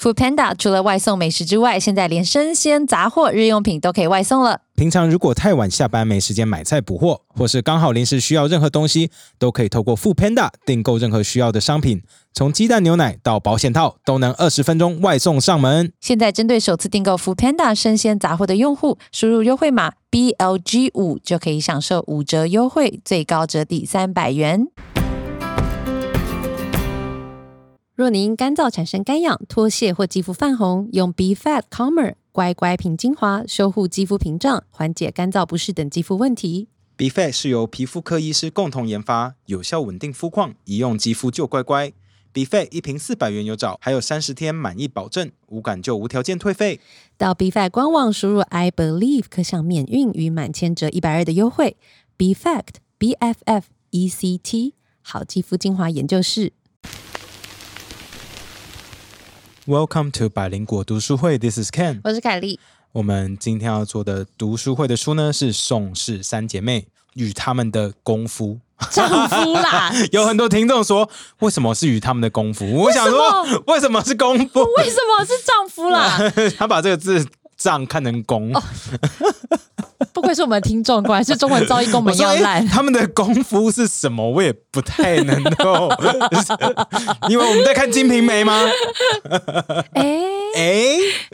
Food Panda 除了外送美食之外，现在连生鲜杂货、日用品都可以外送了。平常如果太晚下班没时间买菜补货，或是刚好临时需要任何东西，都可以透过 Food Panda 订购任何需要的商品，从鸡蛋、牛奶到保险套，都能二十分钟外送上门。现在针对首次订购 Food Panda 生鲜杂货的用户，输入优惠码 BLG 五就可以享受五折优惠，最高折抵三百元。若您干燥产生干痒、脱屑或肌肤泛红，用 B Fat Calmer 乖乖瓶精华修护肌肤屏障，缓解干燥不适等肌肤问题。 b f a t 是由皮肤科医师共同研发，有效稳定肤况，一用肌肤就乖乖。b f a t 一瓶四百元有找，还有三十天满意保证，无感就无条件退费。到 B Fat 官网输入 I Believe 可享免运与满千折一百二的优惠。B Fact B F F E C T 好肌肤精华研究室。 Welcome to 百灵果读书会，This is Ken。我是凯莉，我们今天要做的读书会的书呢，是《宋氏三姐妹与她们的功夫》。丈夫 啦，有很多听众说，为什么是与她们的功夫？我想说，为什么是功夫？ 为什么是丈夫啦？他把这个字“仗”看成“功”， 哦不愧是我们的听众，果然是中文造诣跟我我们一说样烂诶。他们的功夫是什么？我也不太能 够，因为我们在看《金瓶梅》吗？哎、哎、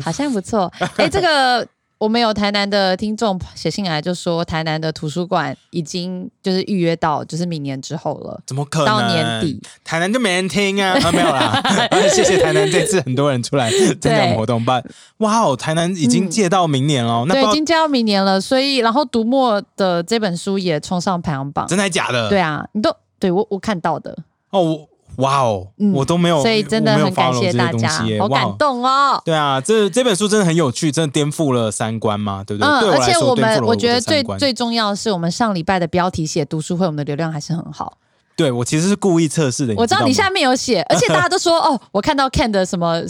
好像不 错。哎、这个我们有台南的听众写信来，就说台南的图书馆已经就是预约到，就是明年之后了。怎么可能？到年底，台南就没人听啊！啊没有 啦，啊谢谢台南这次很多人出来参加我们活动办。哇哦，台南已经借到明年哦，那嗯对，已不知道经接到明年了，所以然后读墨的这本书也冲上排行榜。真的还假的？对啊，你都对我我看到的，哦，我哇哦嗯，我都没有，所以真的我没有很感 follow 谢这些大东家西耶，好哇感哦。动哦。对啊，这这本书真的很有趣，真的颠覆了三观嘛，对不对？嗯，对我而来且说，我颠覆们了我的觉得三最观最重要的是，我们上礼拜的标题写读书会，我们的流量还是很好。对我其实是故意测试的，我知道吗你下面有写，而且大家都 说哦，我看到 Ken 的什么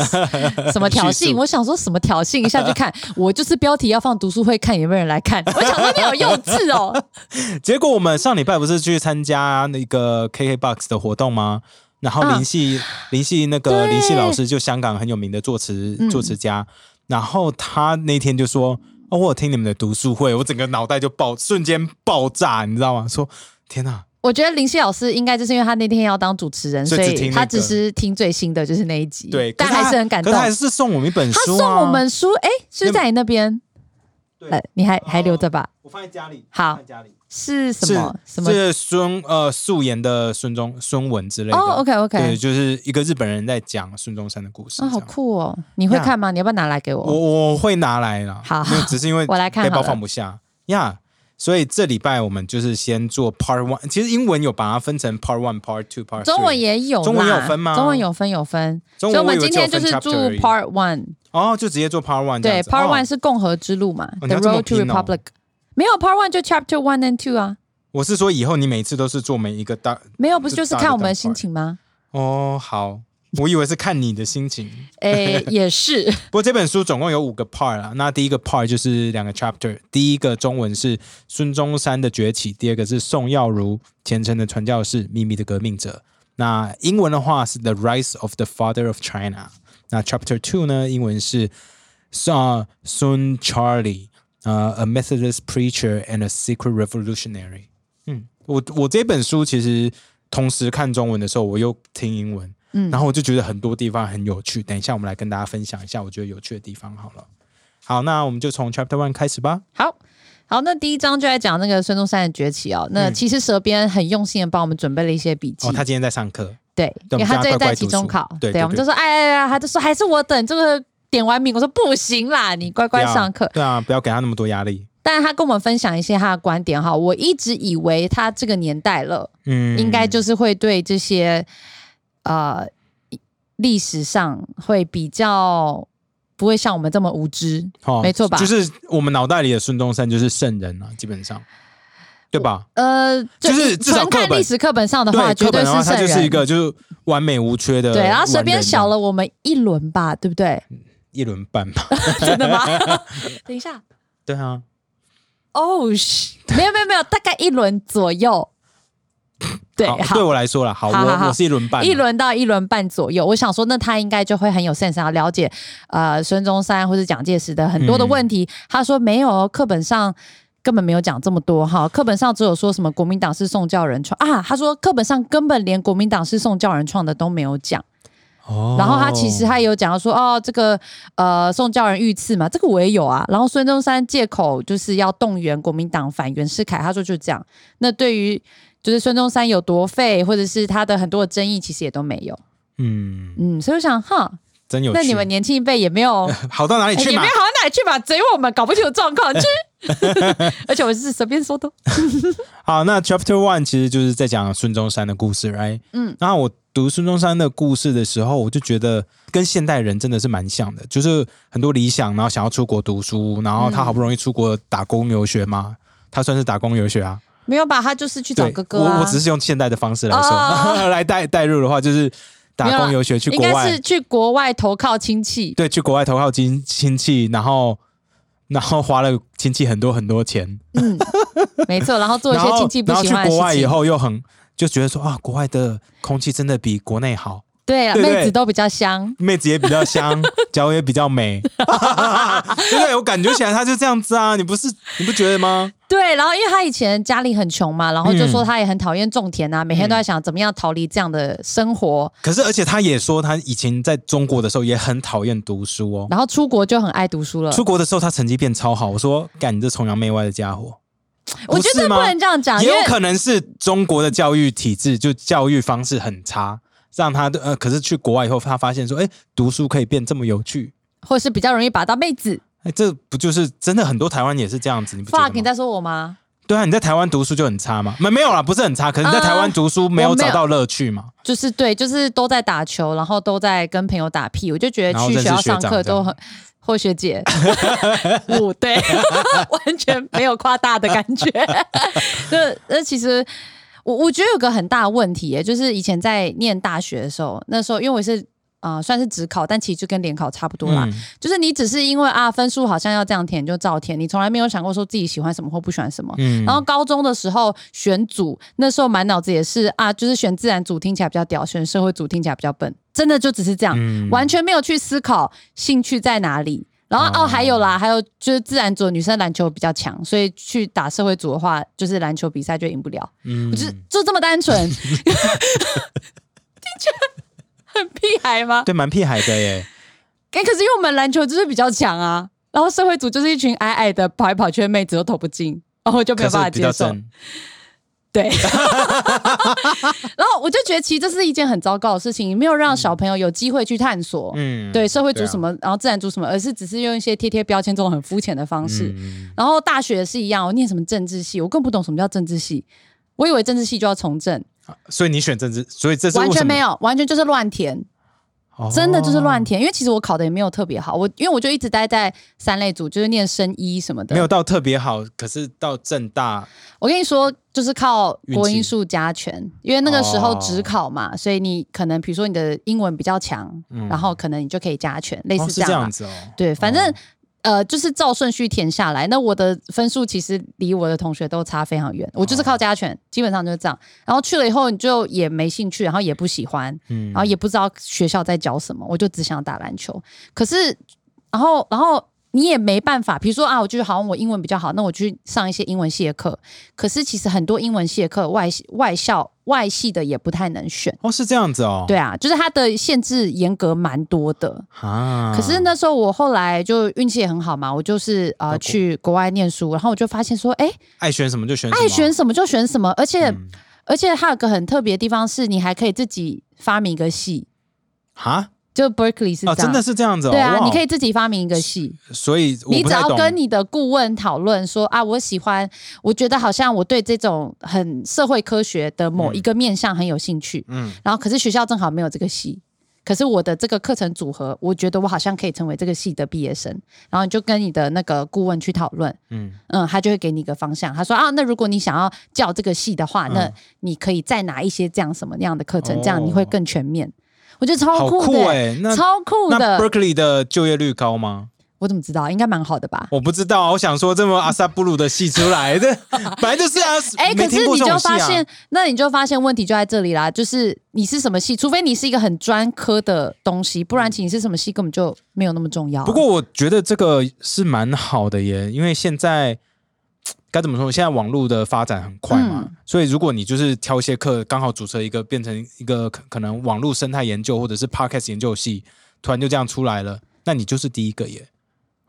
什么挑叙衅，述我想说什么挑衅，一下去 看，我就是标题要放读书会，看有没有人来看。我想说你好幼稚哦，结果我们上礼拜不是去参加那个 KKBOX 的活动吗？然后嗯林夕、林夕那个对林夕老师就香港很有名的作词、嗯作词家，然后他那天就说：“哦，我有听你们的读书会，我整个脑袋就爆，瞬间爆炸，你知道吗？”说天哪，我觉得林夕老师应该就是因为他那天要当主持人，所所以只以听他那个只是听最新的就是那一集，对，但可他还是很感动可。他还是送我们一本他书、啊，送我们书，哎，是不是在你那边？对呃，你还还留着吧？我放在家里，好放在家里是什是么什么？是孙呃素颜的孙中孙文之类的。哦，OK 对， OK，就是一个日本人在讲孙中山的故事。啊，好这样酷哦！你会呀看吗？你要不要拿来给我？我我会拿来啦，好没有只是因为 我来看背好包了放不下呀。所以这礼拜我们就是先做 Part One，其实英文有把它分成 Part One、Part Two、Part。中文也有啦，中文有分吗中文有分有分，中所以我文们今天就是我以为只住有分 chapter 而已 Part One，哦，就直接做 Part One 这对样子。 ，Part 哦 One 是共和之路嘛、t 哦 h 你 e 要这 Road 么 to 拼哦 Republic。没有 Part One 就 Chapter One and Two 啊，我是说以后你每次都是做每一个大没有不是这就是大看的我们的板心块情吗？哦，好，我以为是看你的心情。诶，哎 也是，不过这本书总共有五个 part 啦，那第一个 part 就是两个 chapter，第一个中文是孙中山的崛起，第二个是宋耀如虔诚的传教士、秘密的革命者。那英文的话是 The Rise of the Father of China。那 chapter two 呢，英文是 Sun Sun Charlie，呃、a Methodist preacher and a secret revolutionary。嗯，我我这本书其实同时看中文的时候，我又听英文，嗯，然后我就觉得很多地方很有趣。等一下我们来跟大家分享一下我觉得有趣的地方好了。好，那我们就从 Chapter One 开始吧。好。好，那第一章就来讲那个孙中山的崛起哦。那其实蛇边很用心的帮我们准备了一些笔记，嗯哦，他今天在上课，对，因对为我他们叫他最近乖在乖期读中书考，对对，对我们对就说，哎哎哎，他就说还是我等这个点完名，我说不行啦，你乖乖不要上课。对啊，不要给他那么多压力。但他跟我们分享一些他的观点哈，我一直以为他这个年代了，嗯，应该就是会对这些呃历史上会比较不会像我们这么无知，哦没错吧就是我们脑袋里的孙中山就是圣人啊，基本上，对吧？呃，就是至少纯看课本历史课本上的话，对，绝课对本的是话，他圣就人，是一个就是完美无缺的完对，人啊。然后随便小了我们一轮吧，对不对？ 一轮半吧。真的 吗？等一下，Oh 对啊，哦，嘘没有没有没有，大概一轮左右。对好好对我来说啦，好，好好我好我是一轮半嘛，啊一轮到一轮半左右，我想说，那他应该就会很有 sense，然后了解呃孙中山或者蒋介石的很多的问题。嗯他说没有哦，课本上根本没有讲这么多哈，课本上只有说什么国民党是宋教仁创啊，他说课本上根本连国民党是宋教仁创的都没有讲。哦。然后他其实他也有讲到说，哦，这个呃宋教仁遇刺嘛，这个我也有啊。然后孙中山借口就是要动员国民党反袁世凯，他说就这样。那对于就是孙中山有多废，或者是他的很多的争议，其实也都没有。嗯，嗯，所以我想，哈，真有趣。那你们年轻一辈也没有， 好到哪里哎也去没有嘛？好到哪里去吧，只有我们搞不清楚状 况，就是 而且我是随便说的。好，啊那 Chapter One 其实就是在讲孙中山的故事，right？嗯，那我读孙中山的故事的时候，我就觉得跟现代人真的是蛮像的，就是很多理想，然后想要出国读书，然后他好不容易出国打工游学嘛，他算是打工游学啊。没有吧？他就是嗯去找对，哥哥啊，我我只是用现代的方式来说，哦 来带带入的话，就是打没有工啦游学去应国该外是，去国外投靠亲戚。对，去国外投靠亲亲戚，然后然后花了亲戚很多很多钱，嗯，没错。然后做一然些后亲戚不然后喜去欢的国外事以情。后又很就觉得说啊，国外的空气真的比国内好，对啊，对不对妹子都比较香。妹子也比较香， 脚也比较美， 对不对？我感觉起来他就这样子啊，你不是你不觉得吗？对，然后因为他以前家里很穷嘛，然后就说他也很讨厌种田啊，每天都在想怎么样逃离这样的生活。可是而且他也说他以前在中国的时候也很讨厌读书哦。然后出国就很爱读书了。出国的时候，他成绩变超好。我说：“干，你这崇洋媚外的家伙！”我觉不得是吗不能这样讲，也啊因有为可能是中国的教育体制，就教育方式很差，让他的呃，可是去国外以后，他发现说：“哎，读书可以变这么有趣。或是比较容易把到妹子。”哎，这不就是真的？很多台湾也是这样子，你不觉 fuck，你得吗？在说我吗？对啊，你在台湾读书就很差嘛？没没有啦，不是很差，可是你在台湾读书没呃我有没有找到乐趣嘛？就是对，就是都在打球，然后都在跟朋友打屁，我就觉得然后去认学识校上学长课都很或学姐， 我对， 完全没有夸大的感觉。 那那其实我我觉得有个很大的问题耶，就是以前在念大学的时候，那时候因为我是啊、呃算是职考，但其实就跟联考差不多啦。嗯就是你只是因为啊分数好像要这样填你就照填，你从来没有想过说自己喜欢什么或不喜欢什么。嗯然后高中的时候选组，那时候满脑子也是啊，就是选自然组听起来比较屌，选社会组听起来比较笨，真的就只是这样，嗯完全没有去思考兴趣在哪里。然后哦，哦还有啦，还有就是自然组的女生篮球比较强，所以去打社会组的话，就是篮球比赛就赢不了，嗯我就就这么单 纯，听起来很屁孩吗？对，蛮屁孩的耶。哎、可是因为我们篮球就是比较强啊，然后社会组就是一群矮矮的跑来跑去的妹子都投不进，然后我 就没可有办法是比接较受。正，对，然后我就觉得其实这是一件很糟糕的事情，没有让小朋友有机会去探索。嗯，对社会组对啊什么，然后自然组什么，而是只是用一些贴贴标签这种很肤浅的方式。嗯然后大学也是一样，我念什么政治系，我更不懂什么叫政治系，我以为政治系就要从政，所以你选政治，所以这是完为什全么没，有，完全就是乱填。哦真的就是乱填，因为其实我考的也没有特别好，我因为我就一直待在三类组，就是念生医什么的。没有，到特别好，可是到正大我跟你说，就是靠国运英气数加权，因为那个时候哦只考嘛，所以你可能比如说你的英文比较强，嗯然后可能你就可以加权，类哦似是哎这这样吧。啊样子哦。对，反正、哦呃，就是照顺序填下来。那我的分数其实离我的同学都差非常远，我哦就是靠加权，基本上就是这样。然后去了以后，你就也没兴趣，然后也不喜欢，嗯然后也不知道学校在教什么，我就只想打篮球。可是，然后，然后。你也没办法，比如说啊，我觉得好像我英文比较好，那我去上一些英文系的课。可是其实很多英文系的课，外系外校外系的也不太能选。哦是这样子哦，对啊，就是它的限制严格蛮多的。啊，可是那时候我后来就运气也很好嘛，我就是到呃国去国外念书，然后我就发现说，哎、爱选什么就选什么，爱选什么就选什么，而且、嗯而且还有个很特别的地方是，你还可以自己发明一个系，啊就 Berkeley 是这哦样，真的是这样子哦，对啊，哇你可以，自己发明一个系，所以我你不只太要懂跟你的顾问讨论说啊，我喜欢，我觉得好像我对这种很社会科学的某一个面向很有兴趣，嗯然后可是学校正好没有这个系，可是我的这个课程组合，我觉得我好像可以成为这个系的毕业生，然后你就跟你的那个顾问去讨论，嗯嗯，他就会给你一个方向，他说啊，那如果你想要教这个系的话，那嗯你可以再拿一些这样什么那样的课程，哦这样你会更全面。我觉得超好酷的欸、哎，那超酷那的， Berkeley 的就业率高吗？我我怎么知道？应该蛮好的吧？我不知道，我想说这么阿萨布鲁的戏出来的， 本来就是啊， 哎、没可听是过你这种就戏发啊现，那你就发现问题就在这里啦，就是你是什么系，除非你是一个很专科的东西，不然其实你是什么系根本就没有那么重要啊、不过我觉得这个是蛮好的耶，因为现在该怎么说？现在网络的发展很快嘛，嗯所以如果你就是挑一些课，刚好组成一个变成一个可可能网络生态研究或者是 podcast 研究系，突然就这样出来了，那你就是第一个耶。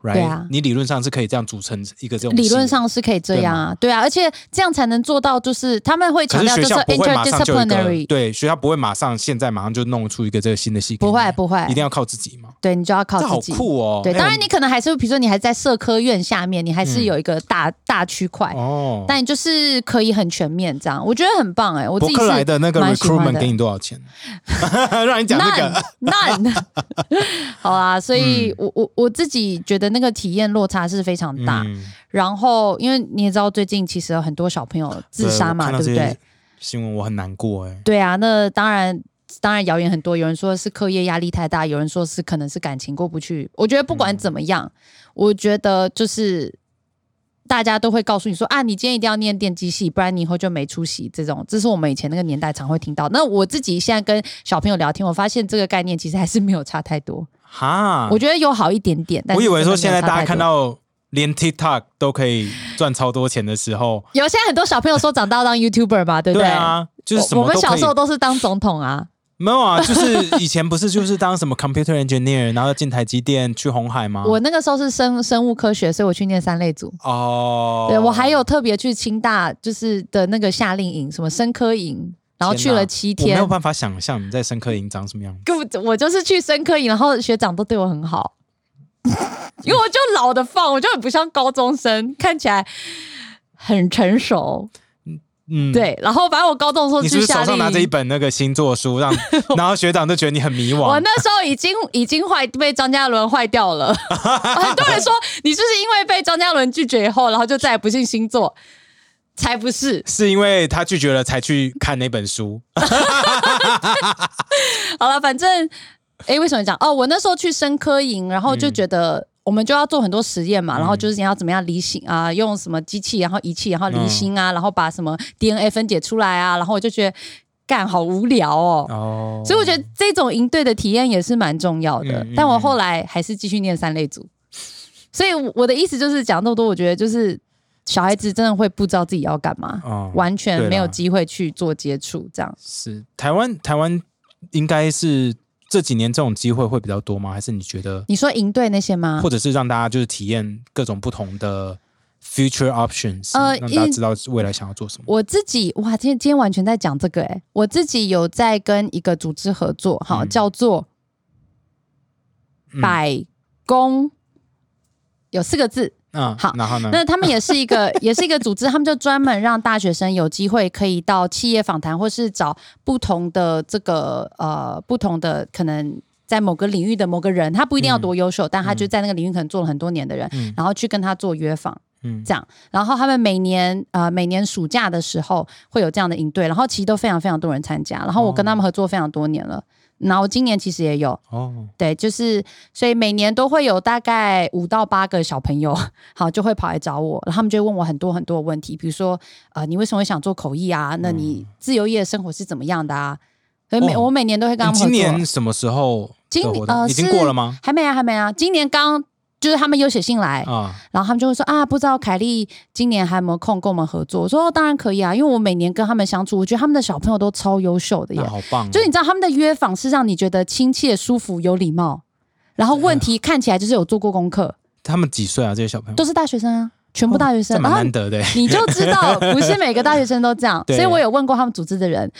Right? 对啊你理论上是可以这样组成一个这种系理论，上是可以这样啊，对啊，而且这样才能做到，就是他们会可强调是学就是校不会马上就有一个 interdisciplinary，哦对学校不会马上现在马上就弄出一个这个新的系给你，不会不会一，定要靠自己嘛，对你就要靠这好自己。酷哦。对，哎当我然你可能还是，比如说你还在社科院下面，你还是嗯有一个大、大区块，哦，但你就是可以很全面这样，我觉得很棒哎、我自伯己克是莱的那个蛮喜欢 recruitment 的给你多少钱？ 让你讲这难个，嗯难， 好啦，所以我我我自己觉得那个体验落差是非常大。嗯然后，因为你也知道，最近其实有很多小朋友自杀嘛，对对我看到不这对些？新闻我很难过哎，对啊，那当然。当然，谣言很多。有人说是课业压力太大，有人说是可能是感情过不去。我觉得不管怎么嗯样，我觉得就是大家都会告诉你说啊，你今天一定要念电机系，不然你以后就没出息。这种，这是我们以前那个年代常会听到。那我自己现在跟小朋友聊天，我发现这个概念其实还是没有差太多。哈，我觉得有好一点点。但是啊我以为真的没有说现在差大太家看多。到连 TikTok 都可以赚超多钱的时候，有现在很多小朋友说长大要当 YouTuber 嘛，对不对对？啊，就是什我我么们都小可以时候。都是当总统 啊，没有啊，就是以前不是就是当什么 computer engineer，然后进台积电去红海吗？我那个时候是生生物科学，所以我去念三类组。哦，对我还有特别去清大，就是的那个夏令营，什么生科营，然后去了七我没天有。办法想象你在深科营长什么样子。根本我就是去生科营，然后学长都对我很好，因为我就老的放，我就很不像高中生，看起来很成熟。嗯，对，然后反正我高中的时候你是不去是夏手令上营，拿着一本那个星座书，让 然后学长就觉得你很迷我惘？那时候已经已经坏被张嘉伦坏掉了， 很多人说你是不是因为被张嘉伦拒绝以后，然后就再也不信星座？才不是！是因为他拒绝了才去看那本书， 好了，反正哎、诶为什么讲？哦，我那时候去生科营，然嗯后就觉得我们就要做很多实验嘛，然后就是你要怎么样离心啊，用什么机器，然后仪器，然后嗯离心啊，然后把什么 DNA 分解出来啊，然后我就觉得干好无聊哦。哦所以我觉得这种营队的体验也是蛮重要的。嗯嗯但我后来还是继续念三类组，所以我的意思就是讲那么多，我觉得就是小孩子真的会不知道自己要干嘛，哦完全对啦没有机会去做接触，这样。是台湾，台湾应该是这几年这种机会会比较多吗？还是你觉得，你说营队那些吗或？者是让大家就是体验各种不同的 future options，、呃让大家因知道未来想要做什么？我自己哇，今天今天完全在讲这个哎、我自己有在跟一个组织合作，好、嗯叫做嗯百工，有四个字，嗯，好然后呢？那他们也是一 个，也是一个组织，他们就专门让大学生有机会可以到企业访谈，或是找不同的这个呃不同的可能在某个领域的某个人，他不一定要多优秀，但他就在那个领域可能做了很多年的人，嗯然后去跟他做约访。嗯这样，然后他们每年呃每年暑假的时候会有这样的营队，然后其实都非常非常多人参加，然后我跟他们合作非常多年了，嗯然后今年其实也有，哦，对，就是所以每年都会有大概五到八个小朋友， 好就会跑来找我，然后他们就会问我很多很多的问题，比如说呃，你为什么会想做口译啊？那你自由业的生活是怎么样的啊？所以每、嗯哦我每年都会跟他你们合今作。年什么时候今的活动？呃已经是过了吗？还没啊，还没啊，今年刚就是他们有写信来，啊，然后他们就会说啊，不知道凯莉今年还有没有空跟我们合作？我说、哦、当然可以啊，因为我每年跟他们相处，我觉得他们的小朋友都超优秀的耶那。好棒哦！就是你知道他们的约访是让你觉得亲切、舒服、有礼貌，然后问题看起来就是有做过功课，他们几岁啊？这些小朋友都是大学生啊，全部大学生。哦然这蛮后难得 的欸。你就知道，不是每个大学生都这样。对所以我有问过他们组织的人，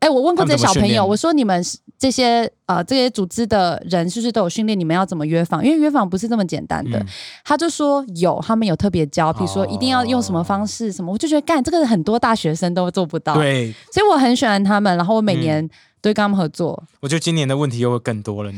哎，我问过这些小他们怎么朋训友，练我说你们是这些呃这些组织的人是不是都有训练？你们要怎么约访？因为约访不是这么简单的。嗯哦他就说有，他们有特别教，比如说一定要用什么方式什么，我就觉得干这个很多大学生都做不到。对，嗯所以我很喜欢他们，然后我每年对，跟他们合作。 我觉得今年的问题又会更多了。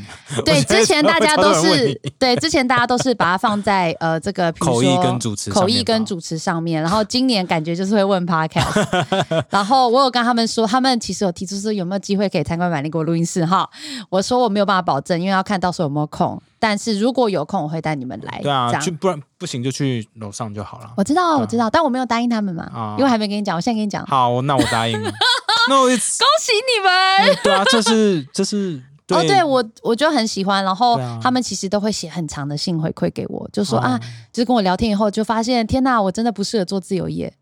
对，之前大家都超多人问是对，之前大家都是把它放在呃这个比如口译说跟主持上口面译跟吧主持上面，然后今年感觉就是会问 podcast，然 后我有跟他们说，他们其实有提出说有没有机会可以参观百灵国录音室哈，我说我没有办法保证，因为要看到时候有没有空，但是如果有空我会带你们来，对啊这，去样不然不行就去楼上就好了。我知道啊对啊我知道，但我没有答应他们嘛啊，因为我还没跟你讲，我现在跟你讲，好，那我 答应。No, it's 恭喜你们。对啊，这是这是哦，对我我就很喜欢，然后对啊他们其实都会写很长的信回馈给我，就说、哦啊，就是跟我聊天以后就发现，天哪，我真的不适合做自由业，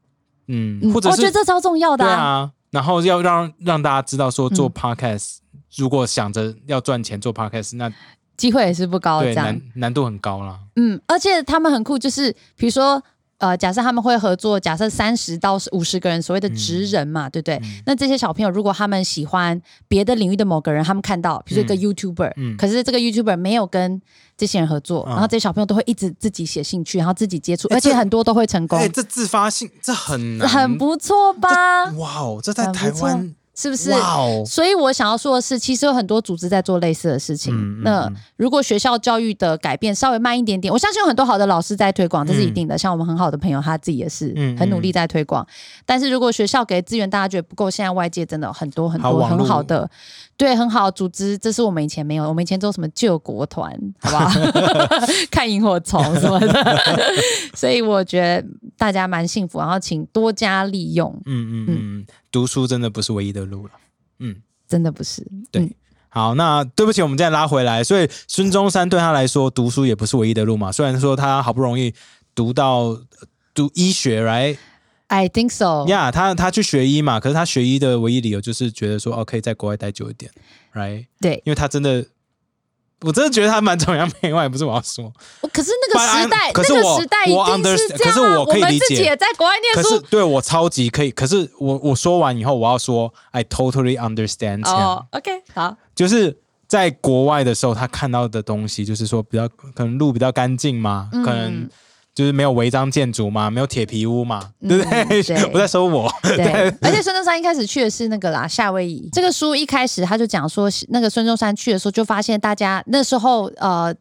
嗯，嗯，或者我是觉得这超重要的、嗯对啊，然后要让让大家知道说做 podcast，、如果想着要赚钱做 podcast，那机会也是不哦高，这对样难，难度很高啦。嗯，而且他们很酷，就是比如说。呃，假设他们会合作，假设三十到五十个人，所谓的职人嘛，对不对？嗯那这些小朋友，如果他们喜欢别的领域的某个人，他们看到，比如说一个 YouTuber，、嗯可是这个 YouTuber 没有跟这些人合作，嗯然后这些小朋友都会一直自己写兴趣，然后自己接触，哎而且这很多都会成功。哎、这自发性这很难，很不错吧？哇哦，这在很不台湾错是不是？哇哦，所以我想要说的是，其实有很多组织在做类似的事情。嗯嗯那嗯如果学校教育的改变稍微慢一点点，我相信有很多好的老师在推广，这是一定的。像我们很好的朋友，他自己也是嗯嗯嗯很努力在推广。但是如果学校给资源，大家觉得不够，现在外界真的有很多很还有多网络很好的，对，很好的组织，这是我们以前没有的。我们以前做什么救国团，好 不好？看萤火虫什么的。所以我觉得大家蛮幸福，然后请多加利用，嗯嗯嗯，读书真的不是唯一的路了。嗯，真的不是。对嗯好，那对不起，我们再拉回来。所以孙中山对他来说，读书也不是唯一的路嘛。虽然说他好不容易读到呃读医学，right？ I think so. 呀、他他去学医嘛，可是他学医的唯一理由就是觉得说，哦，可以在国外待久一点，right？对，因为他真的，我真的觉得他蛮崇洋媚外，不是我要说，我可是那个时 But 代 I-，那可是我个时代一我定是这 understand- 样可是啊！我可以们理自己解也在国外 可念是书。对我超级可以，可是我我说完以后，我要说，I totally understand him，、哦，OK，好， 就是在国外的时候，他看到的东西就是说比较可能路比较干净嘛，嗯可能。就是没有违章建筑嘛，没有铁皮屋嘛，嗯对不对？对 我在说我，对。 而且孙中山一开始去的是那个啦，夏威夷。这个书一开始他就讲说，那个孙中山去的时候就发现大家那时候呃，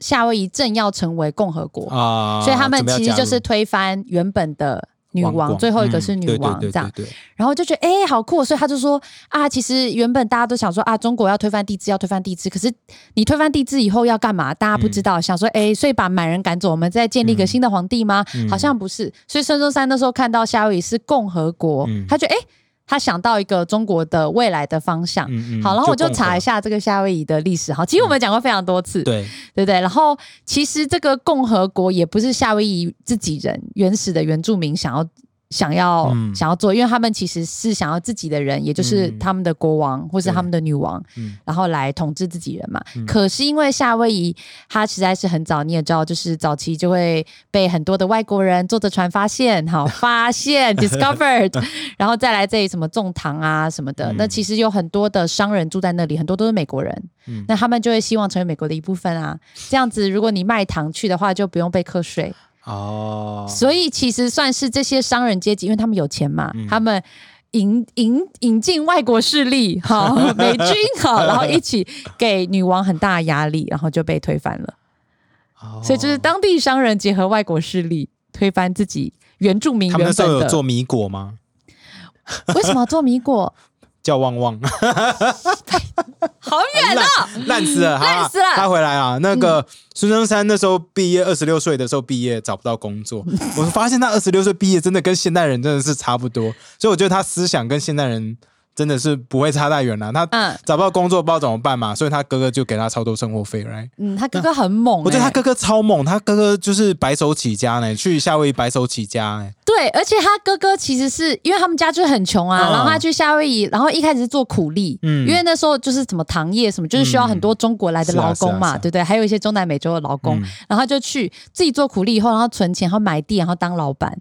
夏威夷正要成为共和国，啊，所以他们怎么样其实加入就是推翻原本的女王王，国最后一个嗯是女对对王对这样对。对对然后就觉得哎、诶好酷哦，所以他就说啊，其实原本大家都想说啊，中国要推翻帝制，要推翻帝制，可是你推翻帝制以后要干嘛？大家不嗯知道，想说哎、诶所以把满人赶走，我们再建立一个新的皇帝吗？嗯好像不是。所以孙中山那时候看到夏威夷是共和国，嗯他觉得哎、诶他想到一个中国的未来的方向。嗯嗯好，然后我就共查和一下这个夏威夷的历史。好，其实我们讲过非常多次，对，对不对？然后其实这个共和国也不是夏威夷自己人原始的原住民想要想要、嗯想要做，因为他们其实是想要自己的人，也就是嗯他们的国王或是对他们的女王，嗯然后来统治自己人嘛。嗯可是因为夏威夷它实在是很早，你也知道，就是早期就会被很多的外国人坐着船发现， 好发现 discovered，然后再来这里什么种糖啊什么的。嗯那其实有很多的商人住在那里，很多都是美国人，嗯那他们就会希望成为美国的一部分啊。这样子，如果你卖糖去的话，就不用被课税。哦，所以其实算是这些商人阶级，因为他们有钱嘛，嗯他们。引引引进外国势力， 好美军好，然后一起给女王很大的压力，然后就被推翻了。哦所以就是当地商人结合外国势力，推翻自己原住民哦他原们本那时候有的。做米果吗？为什么要做米 果？叫旺旺，好远啊！ 烂死了，好啊烂死了嗯拉回来啊！那个孙中山那时候毕业，二十六岁的时候毕业，找不到工 作。我发现他二十六岁毕业，真的跟现代人真的是差不多，所以我觉得他思想跟现代人真的是不会差太远了。他嗯找不到工作，不知道怎么办嘛，所以他哥哥就给他超多生活费，right？嗯，他哥哥很猛、欸，我觉得他哥哥超猛，他哥哥就是白手起家呢，去夏威夷白手起家哎呢。对，而且他哥哥其实是因为他们家就是很穷啊，嗯然后他去夏威夷，然后一开始是做苦力，嗯因为那时候就是什么糖业什么，就是需要很多中国来的劳工嗯嘛，是啊是啊是啊对不对？还有一些中南美洲的劳工，嗯然后他就去自己做苦力以后，然后存钱，然后买地，然后当老板，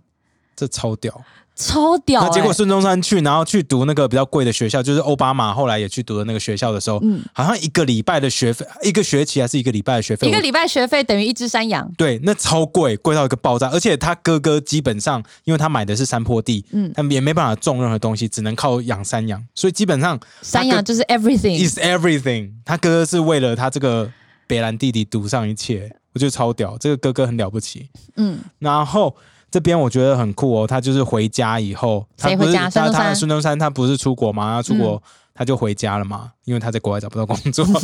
这超屌，超屌、那欸。结果孙中山去，然后去读那个比较贵的学校，就是奥巴马后来也去读的那个学校的时候，嗯好像一个礼拜的学费，一个学期还是一个礼拜的学费，一个我礼拜学费等于一只山羊，对，那超贵，贵到一个爆炸。而且他哥哥基本上，因为他买的是山坡地，嗯他也没办法种任何东西，只能靠养山羊，所以基本上山羊就是 everything。 is everything。他哥哥是为了他这个北兰弟弟赌上一切，我觉得超屌，这个哥哥很了不起。嗯，然后这边我觉得很酷哦，他就是回家以后，他谁不回是家孙他中他山嗯孙中山他不是出国吗？他出国。他就回家了嘛，因为他在国外找不到工作。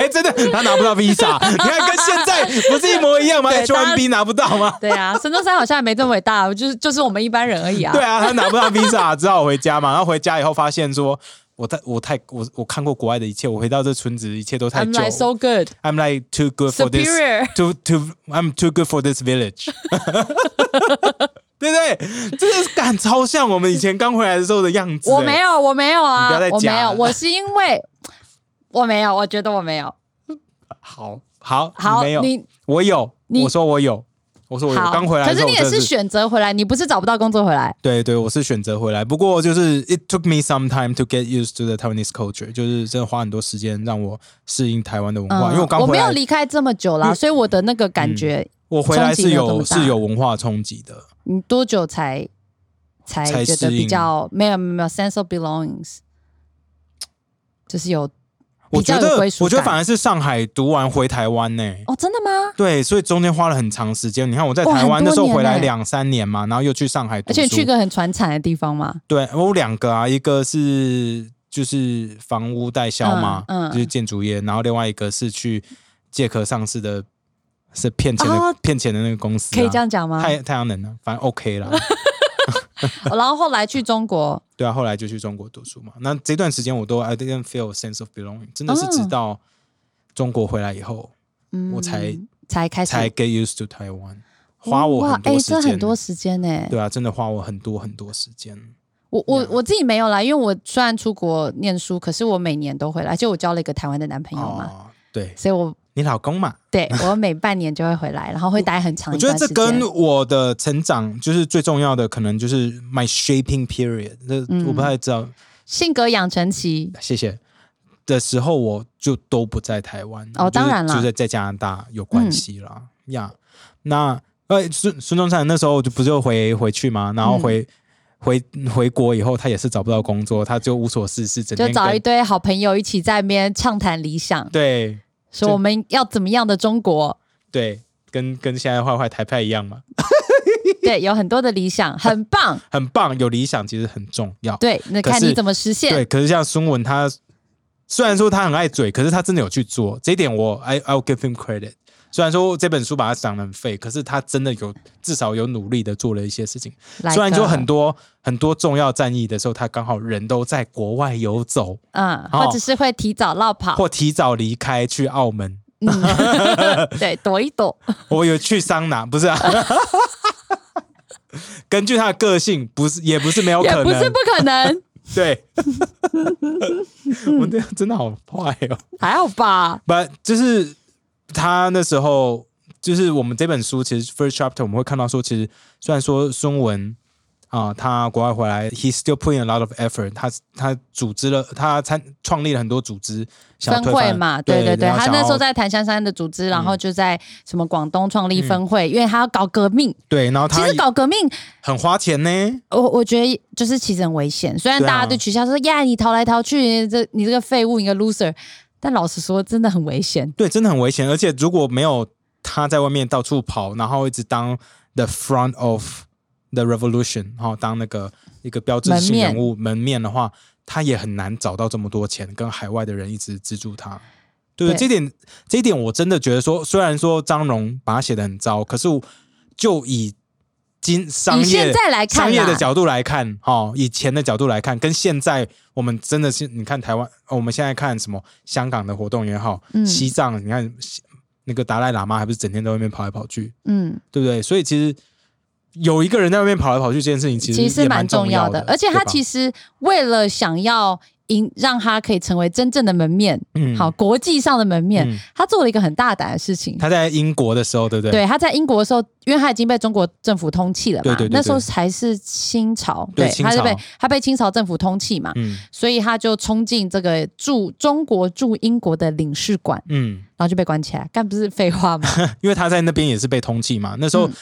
哎、真的，他拿不到 visa，你看跟现在不是一模一样吗对大家？H1B 拿不到吗？ 对啊，孙中山好像也没这么伟大，我就是就是我们一般人而已啊。 对啊，他拿不到 visa，只好回家嘛。然后回家以后发现说，我太我太我我看过国外的一切，我回到这村子一切都太 I'm 旧。 like so good, I'm like too good for this superior。 too too I'm too good for this village 。对不对？这是感超像我们以前刚回来的时候的样子、欸我没有，有，我没有你啊不要再，我讲没有，了我是因 为我没有，我觉得我没有。好好好，你没有，你我有，你我说我有，我说我有，好，刚回来可的时是候你我也真的是选择回来，你不是找不到工作回来？对对，我是选择回来，不过就是 it took me some time to get used to the Taiwanese culture，就是真的花很多时间让我适应台湾的文化，因为我刚嗯我回没有来，嗯离开这么久啦，所以我的那个感觉，我回来冲是击没有这有么大是有文化冲击的，你多久才才才觉得适应比较没有没有没有 sense of belongings，就是有我比较觉有得归属我觉得感反而是上海读完回台湾呢、哦，真的吗？对，所以中间花了很长时间。你看我在哇台湾很多那时候年回来欸两三年嘛，然后又去上海读而且你去书一个很传产的地方嘛，对，我两个啊，一个是就是房屋代销嘛，嗯嗯就是建筑业，然后另外一个是去借壳上市的，是骗钱的、哦骗钱的那个公司啊、可以这样讲吗？太太阳能呢、反正 OK 啦。哦然后后来去中国，对啊，后来就去中国读书嘛。那这段时间我都 I didn't feel a sense of belonging，真的是直哦到中国回来以后，嗯我才才开始才 get used to 台湾，花我哇很多诶时间。这很多时间呢、对啊，真的花我很多很多时间。我我 Yeah 我自己没有啦，因为我虽然出国念书，可是我每年都回来，就我交了一个台湾的男朋友嘛，哦，对所以我你老公嘛，对我每半年就会回来，然后会待很长哦我一觉段得这时跟间。我的成长就是最重要的，可能就是 my shaping period 那。嗯我不太知道，性格养成期，谢谢。的时候我就都不在台湾哦就是当然啦嗯就是在加拿大有关系啦呀。那呃，孙孙中山那时候就不就回回去嘛，然后回、嗯回回国以后，他也是找不到工作，他就无所事事，整就天找跟一堆好朋友一起在那边畅谈理想，对说我们要怎么样的中 国。对，跟跟现在坏坏台派一样嘛。对，有很多的理想，很棒。很棒，有理想其实很重要。对，那可是看你怎么实现。对，可是像孙文他，虽然说他很爱嘴，可是他真的有去做，这一点我 I I'll give him credit。虽然说这本书把他讲得很废，可是他真的有至少有努力的做了一些事情。来虽然个说很多很多重要战役的时候，他刚好人都在国外游走，嗯，哦或者是会提早落跑，或提早离开去澳门。 嗯对，躲一躲。我有去桑拿，不是啊？ 根据他的个性，不是也不是没有可也能，不是不可 能， 对，我这样真的好坏哦。还好吧？不，就是他那时候，就是我们这本书其实 first chapter 我们会看到说，其实虽然说孙文啊、他国外回来，he still putting a lot of effort 他。他组织了，他参创立了很多组织，想要分推会翻嘛，对对对对，然后他想那时要嗯候在檀香山的组织，然后就在什么广东创立分会，因为他要搞革命。对，然后其嗯哦他实搞革命，很花钱呢，我我觉得就是其实很危险。虽然对啊大家对取消说呀，你逃来逃去，这你这个废物，你个 loser，但老实说，真的很危险。对，真的很危险。而且如果没有他在外面到处跑，然后一直当 the front of the revolution，然后当那个一个标志性人物门面的话，他也很难找到这么多钱，跟海外的人一直资助他。对，对这点这一点我真的觉得说，虽然说张荣把他写的很糟，可是我就以经商以业现在来看商业的啦，角度来看，哦，以前的角度来看，跟现在我们真的是，你看台湾，哦我们现在看什么香港的活动也好，嗯西藏，你看西那个达赖喇嘛还不是整天在外面跑来跑去，嗯，对不对？所以其实有一个人在外面跑来跑去这件事情，其实其其实蛮重要的。而且他其实实为了想要引让他可以成为真正的门面，嗯好，国际上的门面，嗯他做了一个很大胆的事情。他在英国的时候，对不对？对，他在英国的时候，因为他已经被中国政府通缉了嘛，对对对对那时候还是清朝，对清他是朝被他被清朝政府通缉嘛，嗯所以他就冲进这个驻中国驻英国的领事馆，嗯，然后就被关起来，干不是废话 吗？因为他在那边也是被通缉嘛。那时候嗯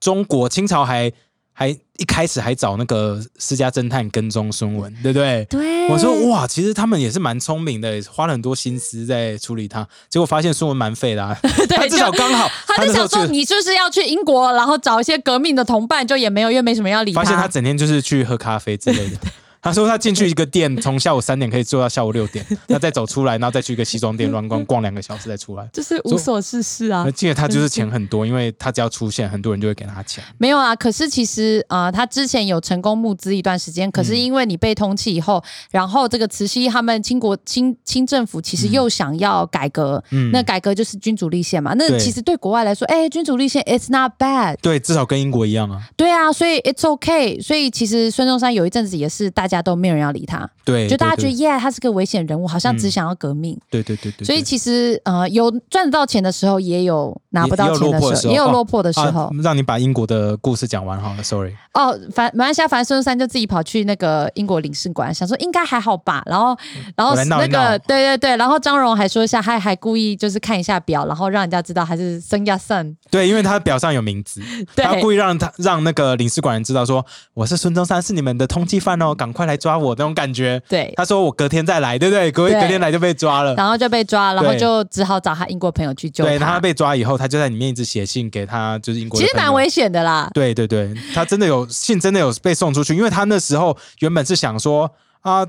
中国清朝还还一开始还找那个私家侦探跟踪孙文，对不对？对我说哦哇，其实他们也是蛮聪明的，也花了很多心思在处理他。结果发现孙文蛮 废的、啊，他至少刚好，他就那时候想说，去你就是要去英国，然后找一些革命的同伴，就也没有，因为没什么要理发现他整天就是去喝咖啡之类的。他说他进去一个店，从下午三点可以做到下午六 点，那再走出来，然后再去一个西装店乱逛逛两个小时再出来。就是无所事事啊而。且他就是钱很多，因为他只要出现，很多人就会给他钱。没有啊，可是其实啊、呃他之前有成功募资一段时间，可嗯是因为你被通缉以后，然后这个慈禧他们清国清清政府其实又想要改革，嗯那改革就是君主立宪嘛。那对其实对国外来说，哎、君主立宪 it's not bad，对，至少跟英国一样啊。对啊，所以 it's okay。所以其实孙中山有一阵子也是大家都没有人要理他，对，就大家觉得对耶，他是个危险人物，好像只嗯想要革命。对对对对对，所以其实呃，有赚得到钱的时候，也有拿不到也钱的时候，也也有有落落魄的时啊候。，让你把英国的故事讲完好了，sorry。哦，反马来西亚反正孙中山就自己跑去那个英国领事馆，想说应该还好吧。然后，然后嗯我来闹那一个闹对对对，然后张荣还说一下，他还故意就是看一下表，然后让人家知道他是孙亚胜。对，因为他表上有名字， 对他故意让他让那个领事馆人知道说我是孙中山，是你们的通缉犯嗯哦，赶快来抓我那种感觉。对，他说我隔天再来，对不对？隔对隔天来就被抓了。然后就被抓，然后对就只好找他英国朋友去救对，他被抓以后，他就在里面一直写信给他，就是英国的其实蛮朋友危险的啦。对对对，他真的有信，真的有被送出去，因为他那时候原本是想说啊，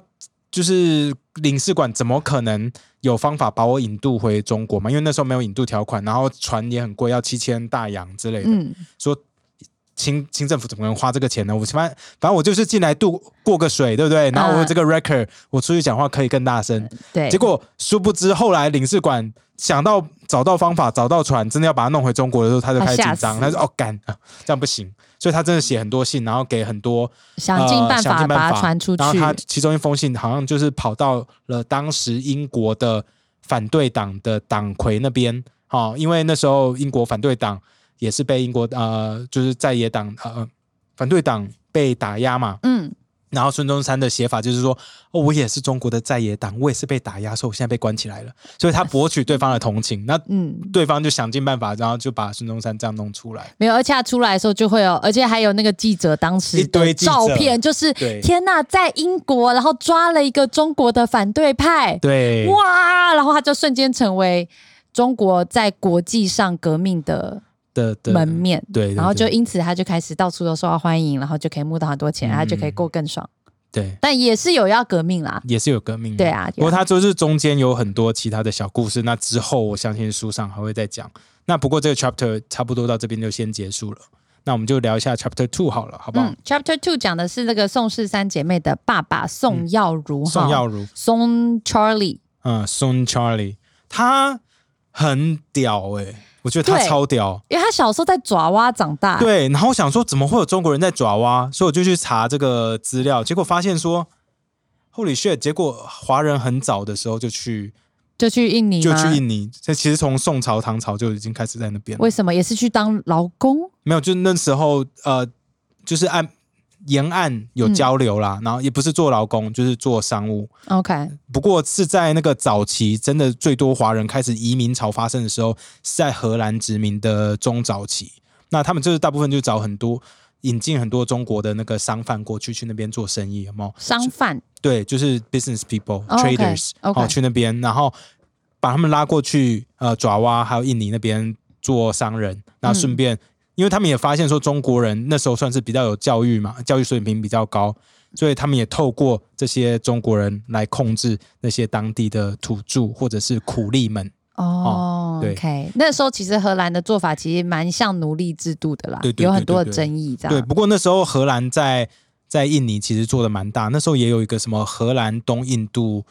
就是领事馆怎么可能有方法把我引渡回中国嘛？因为那时候没有引渡条款，然后船也很贵，要七千大洋之类的，嗯，说。清清政府怎么可能花这个钱呢？我反正反正我就是进来渡过个水，对不对？然后我有这个 record，、我出去讲话可以更大声。嗯对。结果殊不知，后来领事馆想到找到方法，找到船，真的要把它弄回中国的时候，他就他开始吓紧死张，他说：“哦，干，啊这样不行。”所以他真的写很多信，然后给很多想尽呃办想法尽把它传出去然后他其中一封信好像就是跑到了当时英国的反对党的党魁那边，哦，因为那时候英国反对党也是被英国呃，就是在野党呃反对党被打压嘛，嗯，然后孙中山的写法就是说，哦，我也是中国的在野党，我也是被打压，所以我现在被关起来了。所以他博取对方的 同情，那嗯对方就想尽办法，然后就把孙中山这样弄出来。没有，而且他出来的时候就会有，而且还有那个记者当时一的堆记者照片，就是对天呐，在英国，然后抓了一个中国的反对派，对，哇，然后他就瞬间成为中国在国际上革命的的的门面，对对然后就对因此他就开始到处都受到欢迎，然后就可以募到很多钱，嗯他就可以过更爽，对，但也是有要革命啦，也是有革命。对啊，嗯不过他就是中间有很多其他的小故事，那之后我相信书上还会再讲。那不过这个 chapter 差不多到这边就先结束了，那我们就聊一下 chapter two 好了，好不好？嗯，Chapter Two 讲的是那个宋氏三姐妹的爸爸宋耀如，哈宋耀如，宋 Charlie。嗯，Soon Charlie，他很屌哎、我觉得他对啊超屌。因为他小时候在爪哇长大，对，然后我想说怎么会有中国人在爪哇，所以我就去查这个资料，结果发现说，Holy shit！结果华人很早的时候就去就去印尼就吗，去印尼，这其实从宋朝、唐朝就已经开始在那边了为什么也是去当劳工？没有，就那时候呃，就是岸沿岸有交流啦，然后也不是做劳工，就是做商务。 OK，不过是在那个早期，真的最多华人开始移民潮发生的时候，是在荷兰殖民的中早期。那他们就是大部分就找很多引进很多中国的那个商贩过去去那边做生意，有没有？商贩对，就是 business people、哦，OK， traders， OK 哦，去那边，然后把他们拉过去，呃，爪哇还有印尼那边做商人，嗯那顺便，因为他们也发现说中国人那时候算是比较有教育嘛，教育水平比较高，所以他们也透过这些中国人来控制那些当地的土著或者是苦力们。哦对 o k 那时候其实荷兰的做法其实蛮像奴隶制度的啦，对对有很多的对对争议这样。对，不过那时候荷兰在在印尼其实做的蛮大，那时候也有一个什么荷兰东印度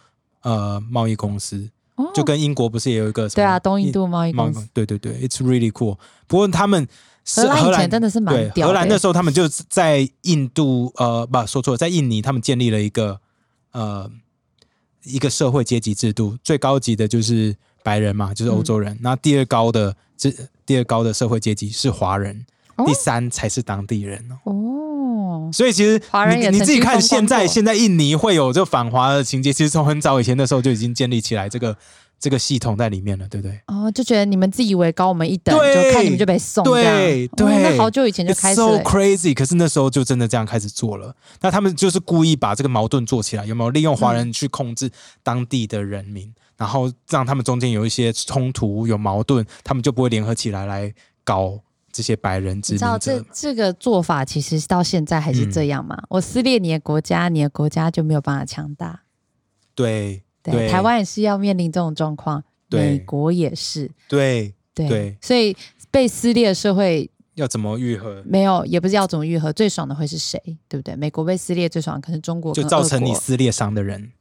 呃贸易公司，哦就跟英国不是也有一个什么对啊，东印度贸易蛮公司，对对对，It's really cool。不过他们是荷兰荷以前兰真的是蛮对屌的欸荷兰那时候他们就在印度呃，不说错了，在印尼他们建立了一个呃一个社会阶级制度，最高级的就是白人嘛，就是嗯欧洲人。那第二高的这第二高的社会阶级是华人，哦第三才是当地人哦。哦，所以其实华人也你你自己曾经看，风光现在过现在印尼会有这反华的情节，其实从很早以前的时候就已经建立起来这个这个系统在里面了，对不对哦，就觉得你们自以为高我们一等，对就看你们就被送这样对哦对那好久以前就？It's 开始 so 了。 crazy！可是那时候就真的这样开始做了。那他们就是故意把这个矛盾做起来，有没有利用嗯华人去控制当地的人民，然后让他们中间有一些冲突、有矛盾，他们就不会联合起来来搞这些白人殖你知道民这者。这个做法其实到现在还是这样嗯嘛？我撕裂你的国家，你的国家就没有办法强大。对对，对台湾也是要面临这种状况，对美国也是，对，对，对所以被撕裂的社会要怎么愈合？没有，也不知道怎么愈合，最爽的会是谁，对不对？美国被撕裂最爽，可能中国就跟造俄成你国撕裂伤的人。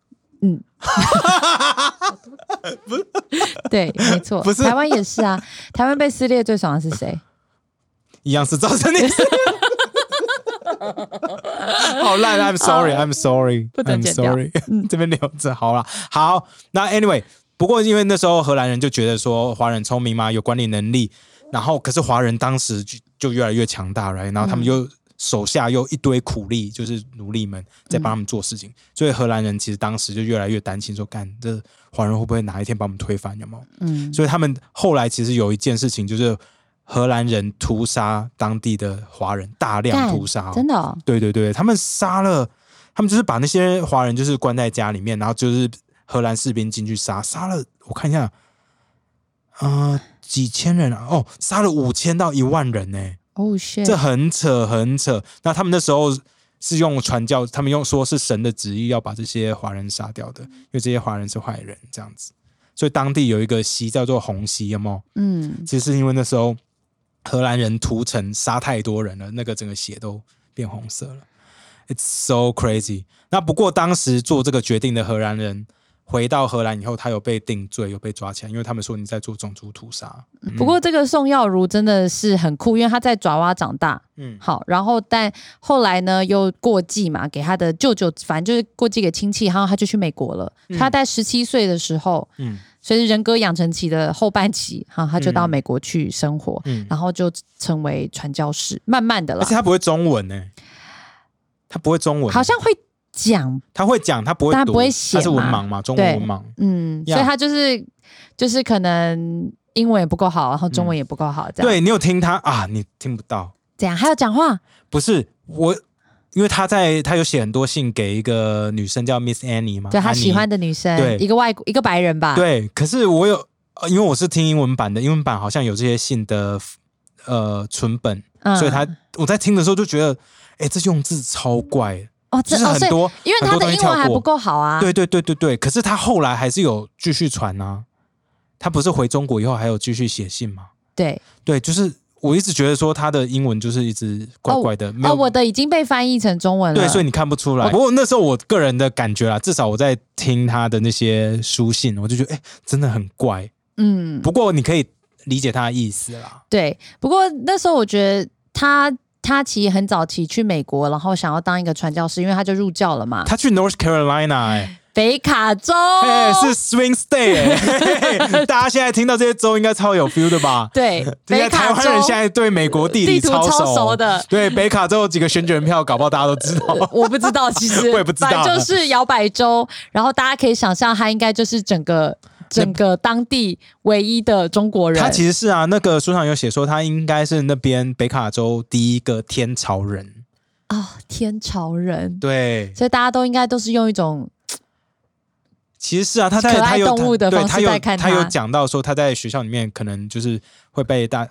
对，没错，不是台湾也是啊，台湾被撕裂最爽的是 谁？一样是造 成你。好烂，I'm sorry，I'm 啊 sorry，不准 I'm 剪掉嗯 sorry，这 边留着好了。好，那 anyway，不过因为那时候荷兰人就觉得说华人聪明嘛，有管理能力，然后可是华人当时就就越来越强大了，然后他嗯们又手下又一堆苦力，就是奴隶们在帮他们做事情，所以荷兰人其实当时就越来越担心说，干这华人会不会哪一天把我们推翻，有没有？嗯，所以他们后来其实有一件事情，就是荷兰人屠杀当地的华人，大量干屠杀、哦，真的哦，对对对，他们杀了，他们就是把那些华人就是关在家里面，然后就是荷兰士兵进去杀，杀了我看一下，啊、几千人啊，哦，杀了五千到一万人呢、哦 shit，这很扯很扯。那他们那时候是用传教，他们用说是神的旨意要把这些华人杀掉嗯的，因为这些华人是坏人这样子。所以当地有一个溪叫做红溪，有没有？嗯，其实是因为那时候荷兰人屠城杀太多人了，那个整个血都变红色了。It's so crazy。那不过当时做这个决定的荷兰人回到荷兰以后，他有被定罪，有被抓起来，因为他们说你在做种族屠杀。不过这个宋耀如真的是很酷，因为他在爪哇长大，嗯，好，然后但后来呢又过继嘛，给他的舅舅，反正就是过继给亲戚，然后他就去美国了。嗯他在十七岁的时候，嗯随着人格养成期的后半期，哈，他就到嗯美国去生活，嗯，然后就成为传教士，慢慢的而啦且，他不会中文呢、他不会中文，欸好像会讲，他会讲，他不会但他读，不会写他是文嘛盲嘛，中文对文盲。嗯，所以呀他就是就是可能英文也不够好，然后中文也不够好，这样、对你有啊听他啊？你听不到，这样还有讲话，不是我，因为他在他有写很多信给一个女生叫 Miss Annie 嘛，对他安妮喜欢。的女对生，一个外国一个白人吧，对，可是我有，呃因为我是听英文版的，英文版好像有这些信的呃存本，嗯，所以他我在听的时候就觉得，哎，这用字超怪，哦，这就是哦，很所以多，因为很他多东的西英文跳还不过够好啊，对对对对对，可是他后来还是有继续传啊，他不是回中国以后还有继续写信吗？对，对，就是我一直觉得说他的英文就是一直怪怪的，没有、哦，我的已经被翻译成中文了，对，所以你看不出来。不过那时候我个人的感觉啦，至少我在听他的那些书信，我就觉得哎、诶真的很怪。嗯，不过你可以理解他的意思啦。对。不过那时候我觉得他他其实很早期去美国，然后想要当一个传教士，因为他就入教了嘛。他去 North Carolina 哎、北卡州， 哎、是 Swing State 哎、嘿嘿嘿大家现在听到这些州应该超有 feel 的吧？对， 应北该台卡湾州人现在对美国地地理图超超熟的对北卡州有几个选举人票，搞不好大家都知 道。我不知道，其实 我也不知道反正就是摇摆州。然后大家可以想象，他应该就是整个整个当地唯一的中国人。他其实是啊，那个书上有写说，他应该是那边北卡州第一个天朝人。啊、天朝人，对，所以大家都应该都是用一种其实是啊，他在可爱他有动物的对方式他有在看他他有讲到说他在学校里面可能就是会被大，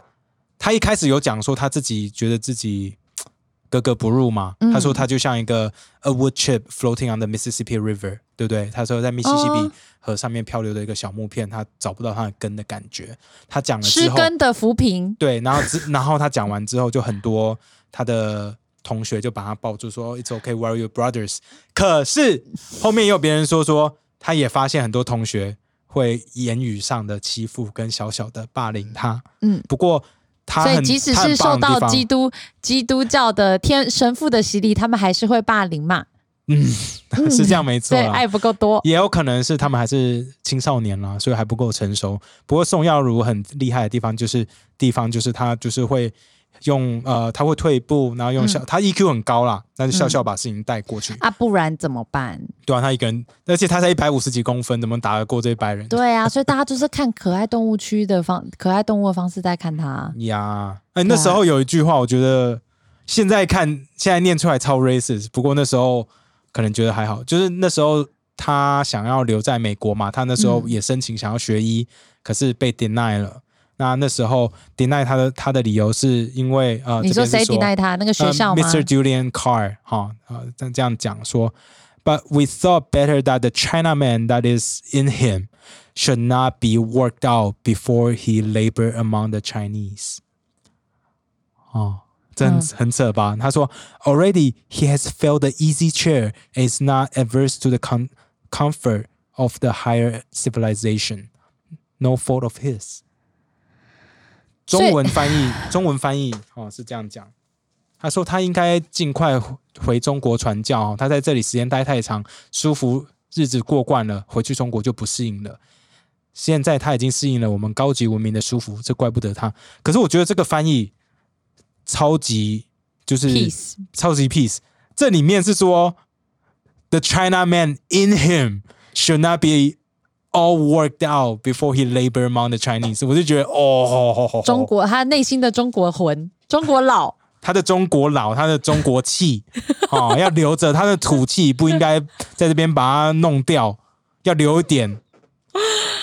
他一开始有讲说他自己觉得自己嘖格格不入嘛，嗯他说他就像一个 a wood chip floating on the Mississippi River，对不对？他说在密西西比哦河上面漂流的一个小木片，他找不到他的根的感觉。他讲了之失后，根的扶贫。对，然后之然后他讲完之后，就很多他的同学就把他抱住说 “It's okay, we're your brothers”。可是后面也有别人说说，他也发现很多同学会言语上的欺负跟小小的霸凌他。嗯，不过他所以很即使他是很棒受到的地方基督基督教的天神父的洗礼，他们还是会霸凌嘛。嗯， 是这样没错啊对，啦。爱不够多。也有可能是他们还是青少年啦，所以还不够成熟。不过宋耀如很厉害的地方就是地方就是他就是会用呃他会退一步，然后用笑、他 EQ 很高啦，但是笑笑把事情带过去。啊，不然怎么办？对啊，他一个人，而且他才一百五十几公分，怎么打得过这一百人？对 啊，所以大家就是看可爱动物区的方，可爱动物的方式在看它。呀，哎、那时候啊有一句话，我觉得现在看现在念出来超 racist，不过那时候可能觉得还好，就是那时候他想要留在美国嘛，他那时候嗯也申请想要学医，可是被 deny 了。那那时候 deny 他的他的理由是因为呃，你这边是呃谁 deny 他？那个学校吗 m r Um, Julian Carr 哈，呃，这这样讲说，But we thought better that the Chinaman that is in him should not be worked out before he labor among the Chinese。哦，这很嗯很扯吧？他说，Already he has felt the easy chair and is not averse to the com comfort of the higher civilization. No fault of his。所以中文翻译， 中文翻译哦是这样讲。他说他应该尽快回中国传教、哦，他在这里时间待太长，舒服日子过惯了，回去中国就不适应了。现在他已经适应了我们高级文明的舒服，这怪不得他。可是我觉得这个翻译超级就是 Peace 超级 peace。这里面是说，the China man in him should not be all worked out before he labor among the Chinese。我就觉得，哦，中国，他内心的中国 魂，中国佬。他的中国佬，他的中国气 哦，要留着他的土气，不应该在这边把它弄掉，要留一 点，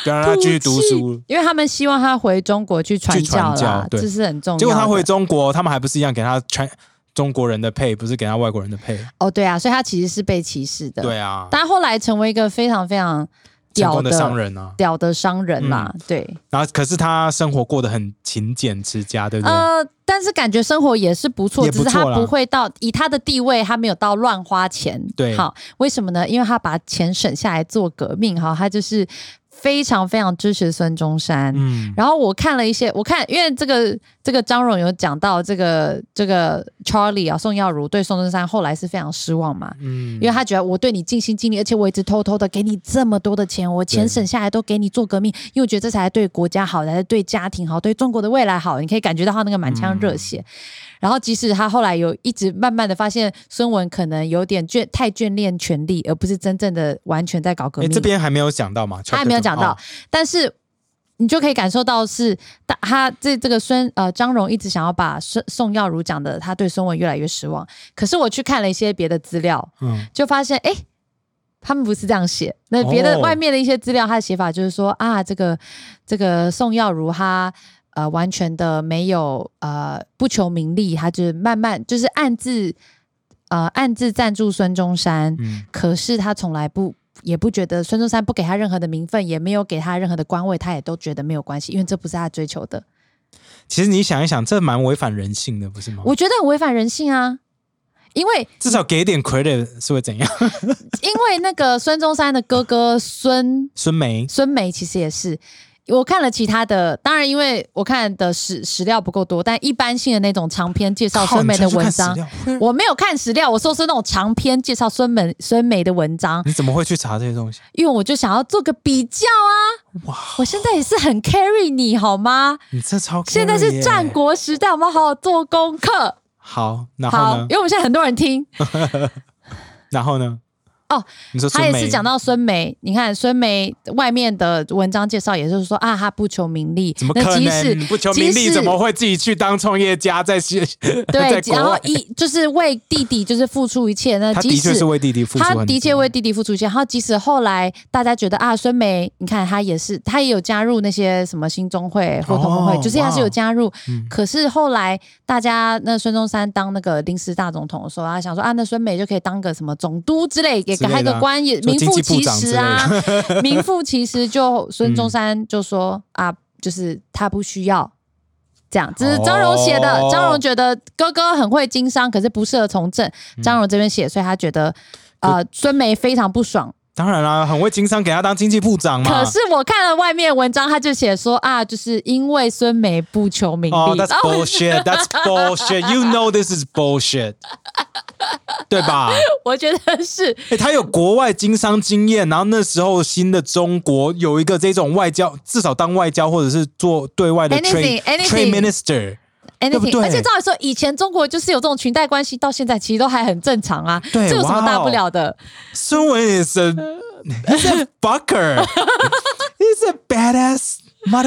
不要让他继续读书。因为他们希望他回中国去传去传教啦教，对这是很重要的。结果他回中国，他们还不是一样给他全中国人的配，不是给他外国人的配？哦，对啊，所以他其实是被歧视的。对啊，但他后来成为一个非常非常成屌功的商人嗯啊。屌的商人啦，对，然后可是他生活过得很勤俭持家，对不对？呃，但是感觉生活也是不错，也不只错是啦他不会到以他的地位，他没有到乱花钱。对好，为什么呢？因为他把钱省下来做革命，哈，他就是非常非常支持孙中山。嗯，然后我看了一些，我看因为这个这个张荣有讲到这个这个 Charlie 啊，宋耀如对宋中山后来是非常失望嘛，嗯因为他觉得我对你尽心尽力，而且我一直偷偷的给你这么多的钱，我钱对省下来都给你做革命，因为我觉得这才对国家好，才是对家庭好，对中国的未来好。你可以感觉到他那个满腔热血。嗯然后，即使他后来有一直慢慢的发现孙文可能有点眷太眷恋权力，而不是真正的完全在搞革哎，命。这边还没有讲到嘛，他还没有讲到哦，但是你就可以感受到是大他这这个孙呃张荣一直想要把孙宋耀如讲的，他对孙文越来越失望。可是我去看了一些别的资料，嗯，就发现哎。诶他们不是这样写，那别的 哦外面的一些资料，他的写法就是说、啊，这个这个宋耀如他呃完全的没有呃不求名利，他就是慢慢就是暗自呃暗自赞助孙中山，嗯可是他从来不也不觉得孙中山不给他任何的名分，也没有给他任何的官位，他也都觉得没有关系，因为这不是他追求 的。其实你想一想，这蛮违反人性的，不是吗？我觉得很违反人性啊，因为至少给点 credit 是会怎样？因为那个孙中山的哥哥 孙孙梅，孙梅其实也是。我看了其他的，当然因为我看的史史料不够多，但一般性的那种长篇介绍靠孙梅的文，你章，才去看史料我没有看史料，我说是那种长篇介绍孙梅孙梅的文章，你怎么会去查这些东西？因为我就想要做个比较啊。哇，我现在也是很 carry 你好吗？你这超 carry 耶现在是战国时代，我们要好好做功课。好，然好后，呢因？为我们现在很多人听，然后呢？哦，你说孙他梅也是讲到孙梅。你看孙梅外面的文章介绍，也就是说啊，她不求名利，怎么那可即使能不求名即利？使怎么会自己去当创业家在？在呃对？国外然后一就是为弟弟就是付出一切，那他即的确使是为弟弟付出很多，他的确为弟弟付出一切，然后即使后来大家觉得啊，孙梅，你看她也是，她也有加入那些什么新中会或同盟会，哦就是她是有加入。嗯可是后来大家那孙中山当那个临时大总统的时候，他想说啊，那孙梅就可以当个什么总督之类，给之类的啊开个官，也做名经副济部其长之实类的嗯啊， 名副其实。就孙中山就说、啊，就是他不需要。这样，这是张荣写的。哦张荣觉得哥哥很会经商，可是不适合从政。嗯张荣这边写，所以他觉得呃孙梅非常不爽。当然啦，很会经商，给他当经济部长嘛。可是我看了外面文章，他就写说啊，就是因为孙梅不求名利。 哦、t h a t 然 s 后我 bullshit. That's bullshit. You know this is bullshit. 对吧？我觉得是哎、他有国外经商经验，然后那时候新的中国有一个这种外交，至少当外交或者是做对外的 Anything, trade anything trade minister，对不 anything，对哎而且照理说，以前中国就是有这种裙带关系，到现在其实都还很正常啊，对这有什么大哇哦不了的？孙文 is a he's a fucker, he's a badass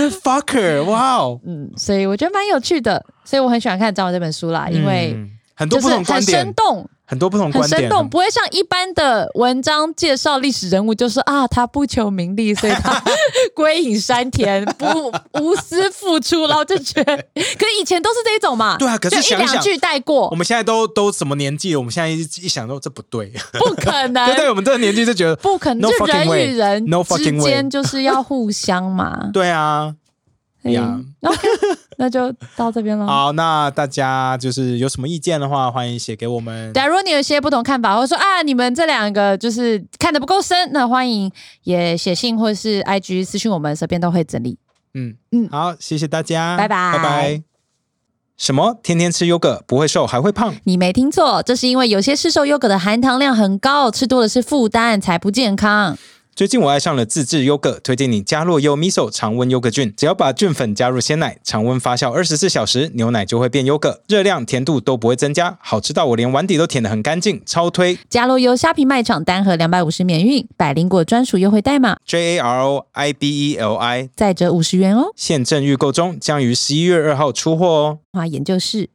motherfucker，哇哦！嗯，所以我觉得蛮有趣的，所以我很喜欢看张文这本书啦，因为嗯很多就不是同很观生点，动，很多不同很观生点，动，不会像一般的文章介绍历史人物，就是啊，他不求名利，所以 他归隐山田，不无私付出，然后就觉得，可是以前都是这一种嘛，对啊可是就想一两想句带过我，们现在都都什么年纪了？我们现在一一想到这不对，不可能 对，对，我们这个年纪就觉得不可能， No 就 fucking 人 way. 与人 No 之 fucking way.，间就是要互相嘛 对啊。所以 Yeah. OK，那就到这边了。好，那大家就是有什么意见的话，欢迎写给我们。假如你有一些不同看法，或者说啊，你们这两个就是看的不够深，那欢迎也写信或是 IG 私讯我们，随便都会整理。嗯嗯嗯，好，谢谢大家，拜拜拜拜。什么？天天吃优格不会瘦还会胖？你没听错，这是因为有些市售优格的含糖量很高，吃多了是负担，才不健康。最近我爱上了自制优格，推荐你加洛优 miso 常温优格菌，只要把菌粉加入鲜奶，常温发酵二十四小时，牛奶就会变优格，热量、甜度都不会增加，好吃到我连碗底都舔得很干净，超推。加入优虾皮卖场单盒两百五十免运，百灵果专属优惠代码， J A R O I B E L I，再折五十元哦。现正预购中，将于十一月二号出货哦。华研究室。